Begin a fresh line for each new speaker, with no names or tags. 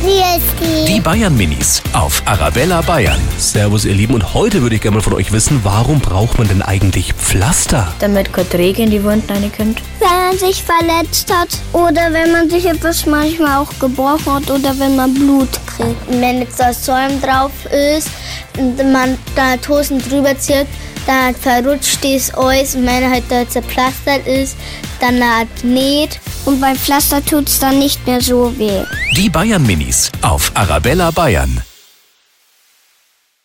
Hier ist
Die Bayern Minis auf Arabella Bayern. Servus, ihr Lieben. Und heute würde ich gerne mal von euch wissen, warum braucht man denn eigentlich Pflaster?
damit kein Träger in die Wunden reinkommt.
Wenn man sich verletzt hat oder wenn man sich etwas manchmal auch gebrochen hat oder wenn man Blut kriegt. Wenn jetzt das Säum drauf ist und man da Tosen drüber zieht, dann verrutscht das Eis und wenn halt da zerpflastert ist, dann hat näht. Und beim Pflaster tut es dann nicht mehr so weh.
Die Bayern Minis auf Arabella Bayern.